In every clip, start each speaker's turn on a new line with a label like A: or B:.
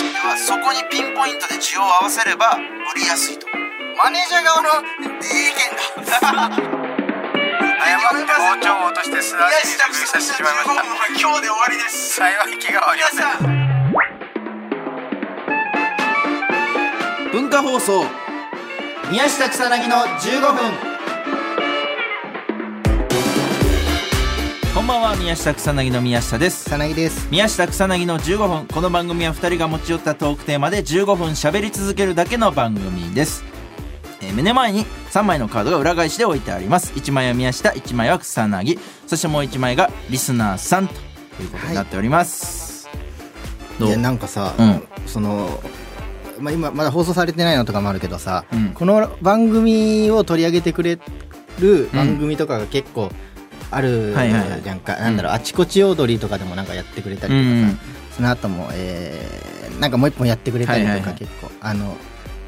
A: こにピンポイントで需要を合わせれば売りやすいとマネージャー側の意見だ
B: 誤って包丁を落としてすなわち
A: たく
B: 水にしてしまいました
A: 今日で終わりです
B: 幸い怪我はありません
A: 皆さん文化放送宮下草薙の15分こんばんは宮下草薙の宮下です
C: さなぎです
A: 宮下草薙の15分この番組は2人が持ち寄ったトークテーマで15分喋り続けるだけの番組です、えー目の前に3枚のカードが裏返しで置いてあります1枚は宮下1枚は草薙そしてもう1枚がリスナーさんということになっております、
C: い
A: ど
C: や
A: う
C: なんかさ、
A: うん
C: その、まあ、今まだ放送されてないのとかもあるけどさ、
A: うん
C: この番組を取り上げてくれる番組とかが結構あるじ
A: はいはいは
C: ゃ
A: い
C: んかなんだろうあちこち踊りとかでもなんかやってくれたり
A: う
C: とかさ、
A: ん
C: その後も、えーなんかもう一本やってくれたりとか、
A: はいはいはい
C: 結構あの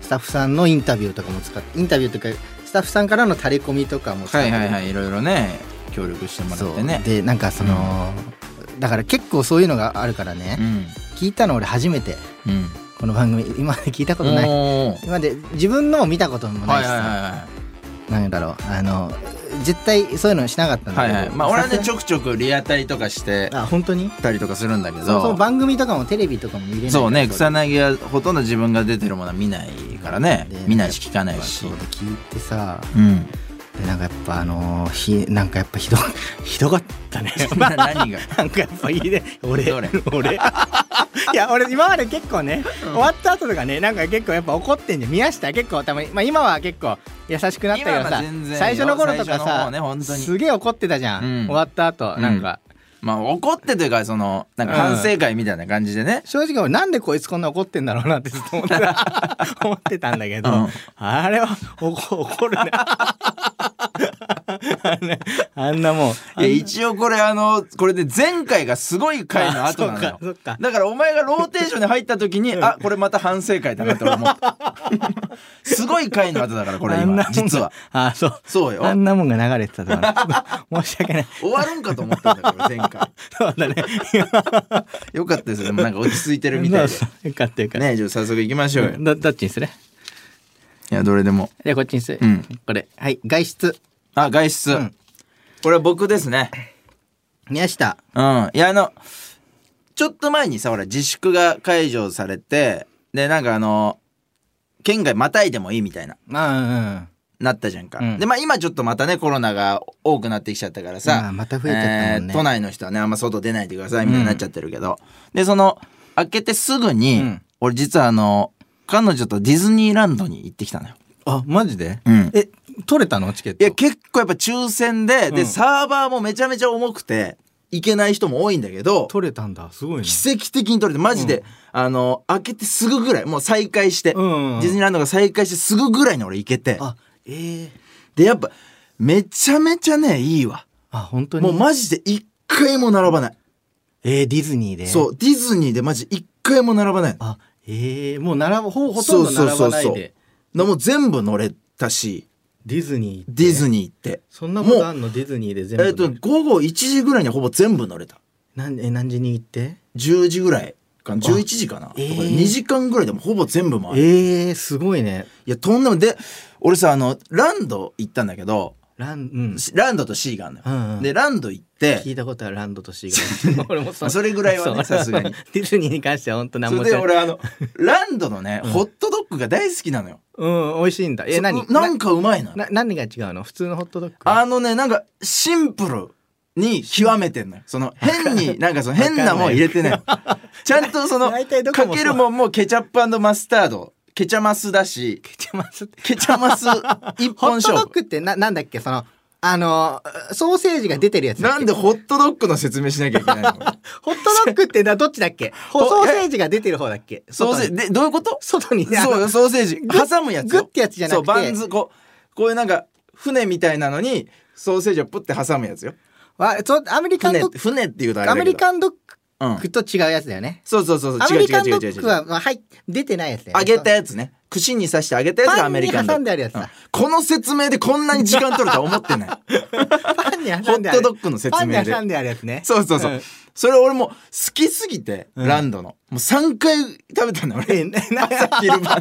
C: スタッフさんのインタビューとかも使ってインタビューとかスタッフさんからのタレコミとかも使っ
A: はい
C: て
A: はいはいいろいろね協力してもらってね
C: そうでなんかその、だから結構そういうのがあるからね、
A: うん
C: 聞いたの俺初めて
A: うん
C: この番組 今まで聞いたことない
A: おー
C: 今まで自分のも見たこともな
A: はいい
C: し
A: は
C: さ、
A: いは
C: なんだろうあの絶対そういうのしなかったん
A: い
C: だ
A: は
C: け
A: い
C: ど、
A: はいまあ俺はね
C: さす
A: ちょくちょくリアタイとかして
C: がにあ本当に
A: たりとかするんだけど
C: そもそも番組とかもテレビとかも見れない
A: そうね草
C: い
A: 薙はほとんど自分が出てるものは見ないからね見ないし聞かないし
C: そうで聞いてさ
A: うん
C: でなんかやっぱあのーひなんかやっぱひど ひどかったね
A: な何が
C: なんかやっぱいいね俺
A: どれ
C: 俺 いや俺今まで結構ね終わった後とかねなんか結構やっぱ怒ってんじゃん宮下結構たまに、まあ、今は結構優しくなったけど
A: 今は
C: さ
A: 全然よ
C: 最初の頃とか
A: 最初の
C: さ、
A: 方ね本当に
C: すげえ怒ってたじゃん、
A: うん
C: 終わった後なんか、
A: まあ怒ってというかそのなんか反省会みたいな感じでね、
C: 正直俺なんでこいつこんな怒ってんだろうなってずっと思ってた 思ってたんだけど、
A: うん
C: あれはおこ怒るねあんなあんなもう
A: いや一応これあのこれで前回がすごい回の後なのよ
C: あそっかそっか
A: だからお前がローテーションに入った時にあこれまた反省会だなって俺思った すごい回の後だからこれ
C: あん
A: 今
C: なもん
A: 実は
C: あそう
A: そうよ
C: あんなもんが流れてたとはね申し訳ない
A: 終わるんかと思ったんだから前回
C: そうだね
A: よかったですよでもなんか落ち着いてるみたい
C: そうそうよかったよ
A: で
C: かった
A: ねじゃあ早速行きましょうよ、い
C: どどっちにする
A: やどれでも
C: じゃあこっちにする、
A: うん
C: これはい外出
A: あ、外出。
C: ん
A: これは僕ですね。
C: 宮下
A: うん。いや、あの、ちょっと前にさ、ほら、自粛が解除されて、で、なんかあの、県外またいでもいいみたいな、
C: まあうん
A: なったじゃんか。
C: うん
A: で、まあ今ちょっとまたね、コロナが多くなってきちゃったから
C: あ
A: さ、
C: ーまた増えちゃったもんね
A: 都内の人はね、あんま外出ないでくださいみたいになっちゃってるけど、で、その、開けてすぐに、
C: うん
A: 俺実はあの、彼女とディズニーランドに行ってきたのよ。
C: あマジで、
A: うん
C: え取れたのチケッ
A: い
C: ト
A: や、結構やっぱ抽選で、で、サーバーもめちゃめちゃ重くて、いけない人も多いんだけど、
C: 取れたんだすごいね
A: 奇跡的に取れて、マジで、あの、開けてすぐぐらい、もう再開して、
C: うんうんうん
A: ディズニーランドが再開してすぐぐらいに俺行けて、
C: あええ
A: で、やっぱ、めちゃめちゃね、いいわ。
C: あ本当に
A: もうマジで一回も並ばない。
C: えー、ディズニーで
A: そう、ディズニーでマジ一回も並ばない。
C: あえー、もう並ぶほほとんど並ばないで
A: なもう全部乗れたし、
C: ディズニー
A: ディズニーって。
C: そんなことあ
A: もうん
C: のディズニーで全部
A: えっと、午後1時ぐらいにはほぼ全部乗れた。
C: なんえ何時に行って
A: 10時ぐらいかな11時かな、
C: えー
A: とかで2時間ぐらいでもほぼ全部回る、い
C: えー、すごいね
A: やとんでもないで俺さあのランド行ったんだけど
C: ランうん
A: しランドとシーがあるのよ、
C: うんうん
A: でランド行っ
C: 聞
A: て
C: いたことはランドとシーガ 俺も
A: まあそれぐらいはね
C: そう
A: さすがに
C: ディズニーに関しては本当
A: そ
C: 何
A: れ
C: も知
A: で
C: らない
A: 俺あ のランドのね、ホットドッグが大好きなのよ
C: うん美味しいんだえ
A: そ
C: 何
A: な
C: なん
A: かうまいのよ
C: な何が違うの普通のホットドッグ
A: あのねなんかシンプルに極めてんのよその変になんかその変なもん入れて ないちゃんとその
C: 大体どこ
A: か
C: もそう
A: けるもんもケチャップマスタードケチャマスだし
C: ケチャマスって
A: ケチャマス一
C: ホ
A: 本
C: ット
A: 勝
C: ド
A: 負
C: ッグってななんだっけそのあのソーセージが出てるやつだっけ
A: なんでホットドッグの説明しなきゃいけないの
C: ホットドッグってなどっちだっけほソーセージが出てる方だっけ
A: ソー セージ、で、どういうこと
C: 外にねあの
A: そうよ、ソーセージ。
C: グッ
A: 挟むやつよ。
C: グッてやつじゃなくて
A: そう、バンズ、こう、こういうなんか、船みたいなのに、ソーセージをプッて挟むやつよ。
C: わそうアメリカン
A: 船
C: ドッ
A: って、
C: グ
A: 船っていうとあれだ
C: ア
A: けど。
C: メリカンドッ
A: うん。
C: グと違うやつだよね。
A: そうそうそう
C: ア
A: そう、違
C: メ
A: う
C: リ
A: 違
C: カ
A: う
C: ンド
A: 違う違う違
C: ッグ
A: う。
C: は、まあ、はい出てないやつだよね。
A: 揚げたやつね。串に刺して揚げたやつがアメリカンドッ
C: パンに挟んであるやつだ
A: うんこの説明でこんなに時間取るとは思ってない。
C: そうパンに挟んであ
A: ホ
C: る
A: ットドッグの説明で
C: パンに挟んであるやつね。
A: そうそうそう。
C: ん
A: それ俺もう好きすぎて、
C: うん
A: ランドの。もう3回食べたんだ 俺。朝昼晩。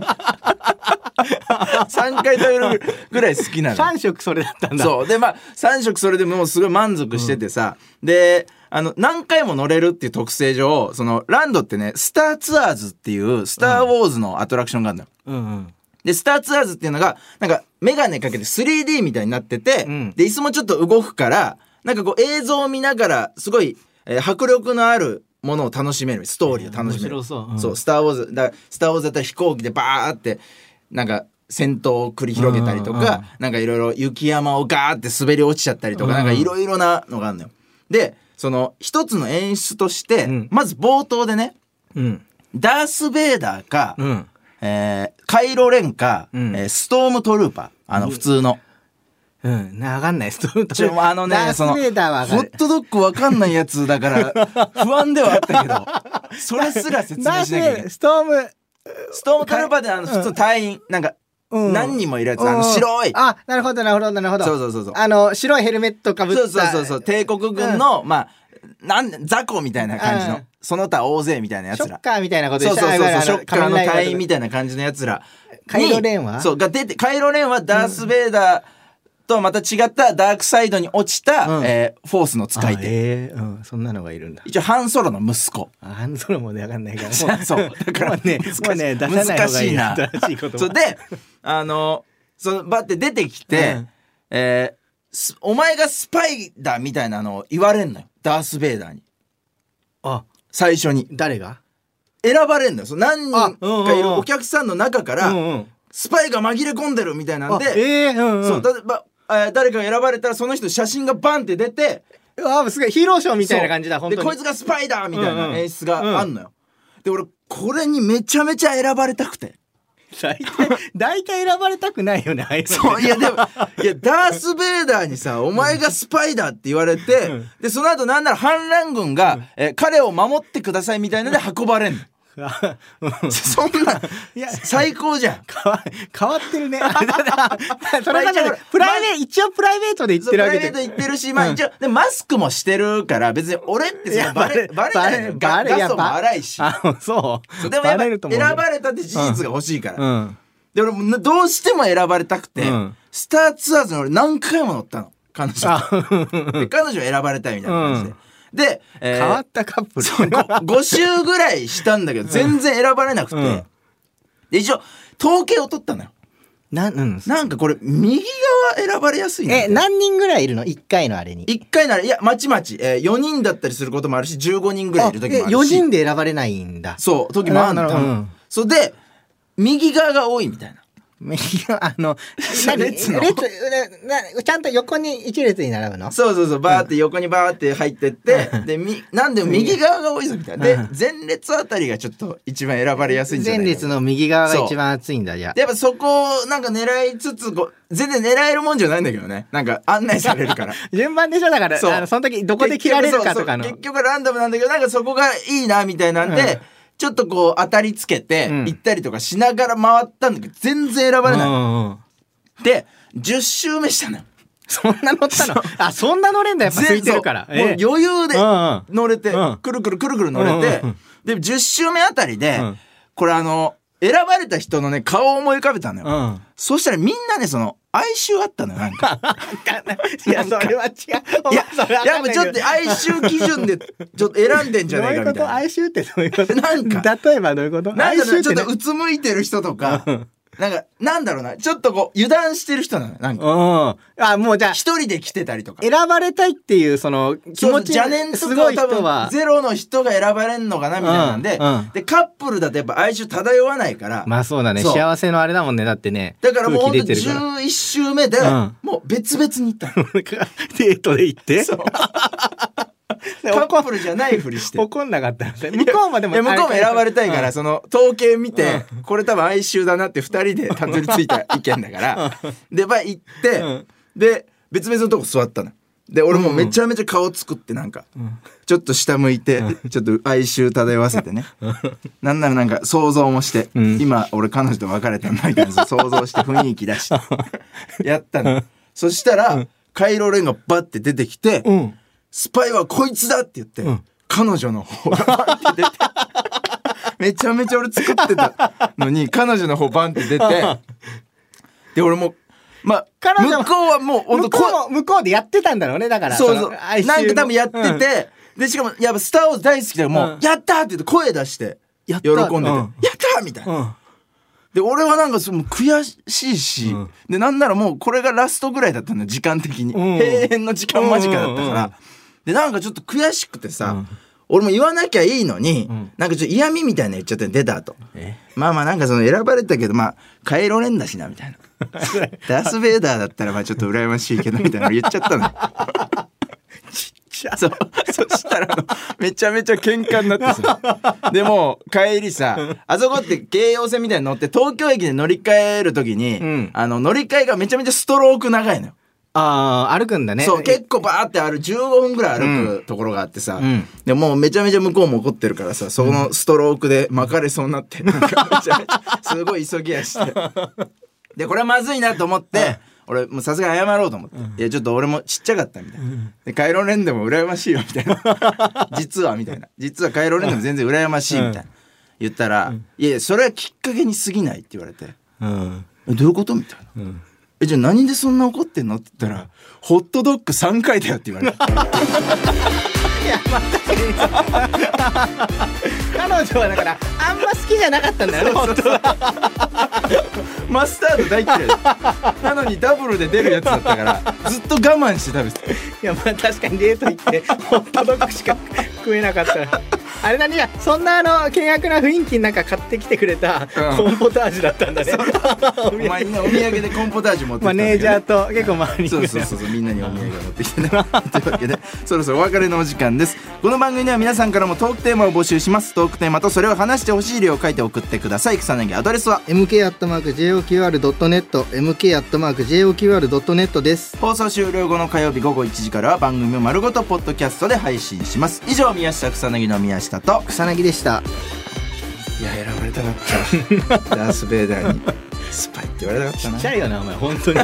A: 3回食べるぐらい好き なの。
C: 3食それだったんだう
A: そう。で、まあ、3食それでもうすごい満足しててさ、で、あの、何回も乗れるっていう特性上、その、ランドってね、スターツアーズっていう、スターウォーズのアトラクションがあるのよ。
C: うんうん
A: で、スターツアーズっていうのが、なんか、メガネかけて 3D みたいになってて、
C: うん
A: で、椅子もちょっと動くから、なんかこう、映像を見ながら、すごい、えー迫力のあるものを楽しめる。ストーリーを楽しめる。
C: 面白そううん
A: そう、スターウォーズ、だスターウォーズだったら飛行機でバーって、なんか、戦闘を繰り広げたりと
C: うんうんうん
A: か、なんかいろいろ雪山をガーって滑り落ちちゃったりとか、なんかいろいろなのがあるのよ。で、その、一つの演出として、
C: うん
A: まず冒頭でね、
C: うん
A: ダース・ベイダーか、
C: うん
A: えー、カイロレンか、
C: うん
A: えーストームトルーパー。あの、普通の。
C: うん、なわかんないストー ン
A: ちょ、あのね、
C: ダー
A: そ
C: ス
A: の、ホ
C: ベイダーはわか
A: ッ
C: る
A: トドッグわかんないやつだ から、不安ではあったけど、それすら説
C: ダ
A: 明
C: ー
A: し
C: ス
A: なきゃいけ
C: ベイ
A: ない。
C: ストーム、
A: ストームトルーパーで、あの、普通隊員、なんか、
C: うん
A: 何人もいるやつ、あの、
C: うん
A: 白い。
C: あなるほどなるほどなるほど
A: そうそうそうそう
C: あの白いヘルメットかぶった
A: そうそうそうそう、帝国軍の、まあ、なん、雑魚みたいな感じ
C: う
A: の
C: ん、
A: その他大勢みたいなや
C: ショ
A: つ
C: ッ
A: ら。
C: カーみたいなことで
A: そう
C: し
A: そうそうそう、ショッカーの隊
C: 隊
A: 員
C: 員
A: み
C: み
A: たいな感じのやつらに。
C: カイロレンは
A: そう、が出て、カイロレンはダース・ベイダーとまた違ったダークサイドに落ちた、
C: うん
A: えーフォースの使
C: たい
A: い
C: な。
A: 手。
C: ええうん、そんなのがいるんだ。
A: 一応、ハンソロの息子。
C: あハンドルもねわかんな いから。も
A: そうだから
C: もうね、
A: 難しい
C: もうね、出さない方がいいよ。
A: 難しいな
C: 新しい言葉
A: そうで、あの、その、バって出てきて、
C: うん
A: えーすお前がスパイだみたいなのを言われんのよ。ダース・ベイダーに。
C: あ、
A: 最初に。
C: 誰が？
A: 選ばれんのよ。その何人かいるお客さんの中から、
C: ん。
A: スパイが紛れ込んでるみたいなん
C: あ
A: で、
C: ええうんうん。
A: そうだってば、えー誰かが選ばれたらその人の写真がバンって出て
C: うわすごいヒーローショーみたいな感じだ
A: そう
C: 本当に。
A: でこいつがスパイだみたい
C: うんう
A: なん演出があんのよ、で俺これにめちゃめちゃ選ばれたくて
C: 大体大体選ばれたくないよねああいうの
A: そ
C: ね
A: ういやでもいやダース・ベイダーにさ「お前がスパイだ」って言われて、
C: うん
A: でその後なんなら反乱軍が、えー彼を守ってくださいみたいなので運ばれんの
C: あうん
A: そんない
C: や
A: 最高じゃん
C: 変わ変わって るね。だから その中で
A: まあ一応
C: プライベート一応プライベートで
A: そうプライベート。
C: 言ってるわけで
A: 行ってるし、まあ一応、でマスクもしてるから別に俺ってそのバレバレないのよガガスも荒いし
C: あそう
A: そうでもやっぱ
C: バ
A: 選
C: レると思うよ
A: ばれたって事実が欲しいから、
C: うん
A: で俺もうどうしても選ばれたくて、
C: うん
A: スターツアーズに俺何回も乗ったの彼女
C: あうん
A: で 彼女を選ばれたいみたいな感じで、で、えー
C: 変わったカップル
A: そう 5, 週ぐらいしたんだけど全然選ばれなくて、
C: うん
A: で一応統計を取ったのよ
C: なうん
A: なんかこれ右側選ばれやすいなみた
C: え
A: いな
C: 何人ぐらいいるの一回のあれに
A: 1回ならいやまちまち、えー、4人だったりすることもあるし15人ぐらいいる時もあるし
C: 4人で選ばれないんだ
A: そう時もある
C: な
A: の
C: るほど
A: 多分
C: うん
A: それで右側が多いみたいな
C: 右の あの何
A: 列の
C: 列ななちゃんと横に一列に並ぶの
A: そうそうそうバーって横にバーって入ってって、でみなんでも右側が多いぞみたいなで前列あたりがちょっと一番選ばれやすいんじゃな
C: 前
A: いかな
C: 列の右側が一番熱いんだじゃ
A: でやっぱそこをなんか狙いつつこう全然狙えるもんじゃないんだけどねなんか案内されるから
C: あ順番でしょだから
A: そう
C: あのその時どこで切られるかとかの
A: 結局そうそう結 局ランダムなんだけどなんかそこがいいなみたいなんで、
C: うん
A: ちょっとこう当たりつけて
C: うん
A: 行ったりとかしながら回ったんだけど全然選ばれない、
C: うんうん
A: で10周目したのよ
C: そんな乗ったのあそんな乗れんだやっぱ空いてるから
A: 全
C: ええ
A: そうもう余裕で
C: うんうん
A: 乗れて、
C: うん
A: くるくるくるくる乗れて、
C: うんうん
A: で10周目あたりで、
C: うん
A: これあの選ばれた人のね顔を思い浮かべたのよ、
C: うん
A: そしたらみんなねその哀愁あったのよなんか
C: いやそれは違う
A: いや
C: それは分
A: やっ
C: かんな
A: ぱ
C: い
A: ちょっと哀愁基準でちょっと選んでんじゃ
C: ど
A: な
C: う
A: い
C: い
A: か
C: う
A: み
C: こと
A: たい
C: 哀愁ってどういうこと
A: なんか
C: 例えばどういうこ と
A: ななん
C: 哀
A: だろう
C: 愁
A: な
C: っ
A: ちょ
C: て
A: っ
C: ね
A: とうつむいてる人とか
C: うん
A: なんかなんだろうなちょっとこう油断してる人なのよなんか
C: うんあもうじゃあ
A: 一人で来てたりとか
C: 選ばれたいっていうその気
A: そう
C: 持ち
A: 邪念
C: の
A: と
C: す
A: か
C: ご
A: はい多
C: 人は
A: 分ゼロの人が選ばれんのかなみたいなんで、
C: うんうん
A: でカップルだとやっぱ哀愁漂わないから、
C: まあそうだね
A: そう
C: 幸せのあれだもんねだってね
A: だからもうほん
C: 空
A: と
C: 気出てるから
A: 11周目で、
C: うん
A: もう別々に行ったの
C: デートで行って
A: そう
C: で
A: カ
C: 怒
A: ップルじゃないふりして
C: 怒んなかったんだね向こうもでも
A: いや向こうも選ばれたいから、
C: うん
A: その統計見て、これ多分哀愁だなって2人でたどり着いた意見だから、でまあ行って、
C: うん
A: で別々のとこ座ったので俺もうめちゃめちゃ顔作ってなんか、ちょっと下向いて、ちょっと哀愁漂わせてね、なんならなんか想像もして、
C: うん
A: 今俺彼女と別れたんだみたいな想像して雰囲気出してやったの、そしたら、カイロレンがバッて出てきて、
C: うん
A: スパイはこいつだって言って、
C: ん
A: 彼女の方がバン って出てめちゃめちゃ俺作ってたのに彼女の方バンって 出てで俺もまあ
C: 彼女
A: 向こうはもうほん
C: 向
A: と
C: こうも向こうでやってたんだろうねだから
A: そうそう
C: の
A: な
C: 哀
A: ん
C: 愁の
A: か多分やって
C: うん
A: て、でしかもやっぱ「スター・ウォーズ」大好きだからもう
C: うん
A: やった!」って言って声出して喜
C: や
A: んで
C: った
A: て「やった
C: うん!」
A: みたいな。
C: うん
A: で俺はなんかその悔しいし、
C: うん
A: でなんならもうこれがラストぐらいだったんだ時間的に、
C: うん
A: 閉園の時間間近だったから、
C: うんうんうん
A: でなんかちょっと悔しくてさ、
C: うん
A: 俺も言わなきゃいいのに、
C: ん
A: なんかちょっと嫌味みたいなの言っちゃって出た後まあまあなんかその選ばれたけどまあカエロレンだしなみたいなダース・ベイダーだったらまあちょっと羨ましいけどみたいなの言っちゃったのよそうそしたらあのめちゃめちゃ喧嘩になって さでもう帰りさあそこって京葉線みたいに乗って東京駅で乗り換える時に、
C: うん
A: あの乗り換えがめちゃめちゃストローク長いのよ、
C: ああ歩くんだね
A: そう結構バーってある15分ぐらい歩くところがあってさ、
C: うん
A: でもうめちゃめちゃ向こうも怒ってるからさそのストロークで巻かれそうになって、なんかめちゃめちゃすごい急ぎ足してでこれはまずいなと思って俺もうさすがに謝ろうと思って、いやちょっと俺もちっちゃかったみたいな、でカイロレンでも羨ましいよみたいな 実はみたいな実はカイロレンでも全然羨ましいみたいな、言ったら、いやいやそれはきっかけに過ぎないって言われて。
C: うん
A: えどういうことみたいな、えじゃあ何でそんな怒ってんのって言ったら「ホットドッグ3回だよ」って言われた
C: 彼女はだからあんま好きじゃなかったんだよね本当は
A: マスタード大嫌い なのにダブルで出るやつだったからずっと我慢して食べて
C: いやまあ確かにデート行ってホットドッグしか食えなかったらあれだねいやそんなあの険悪な雰囲気の中買ってきてくれた
A: うん
C: コーンポタージュだったんだ ね、
A: たお前にねお土産でコーンポタージュ持ってきた
C: マ
A: んだ
C: ネ
A: け
C: ー
A: ど
C: ジャーと結構周りに
A: そうそうそうそうみんなにお土産を持ってきてねというわけでそろそろお別れのお時間ですこの番組では皆さんからもトークテーマを募集しますトークテーマとそれを話してほしい量を書いて送ってください草薙アドレスは
C: mk.joqr.net mk.joqr.net です
A: 放送終了後の火曜日午後1時からは番組を丸ごとポッドキャストで配信します以上宮下草薙の宮下と
C: 草薙でした
A: いや選ばれた かったダース・ベイダーにスパイって言われたかった
C: ちっちゃいよなお前本当に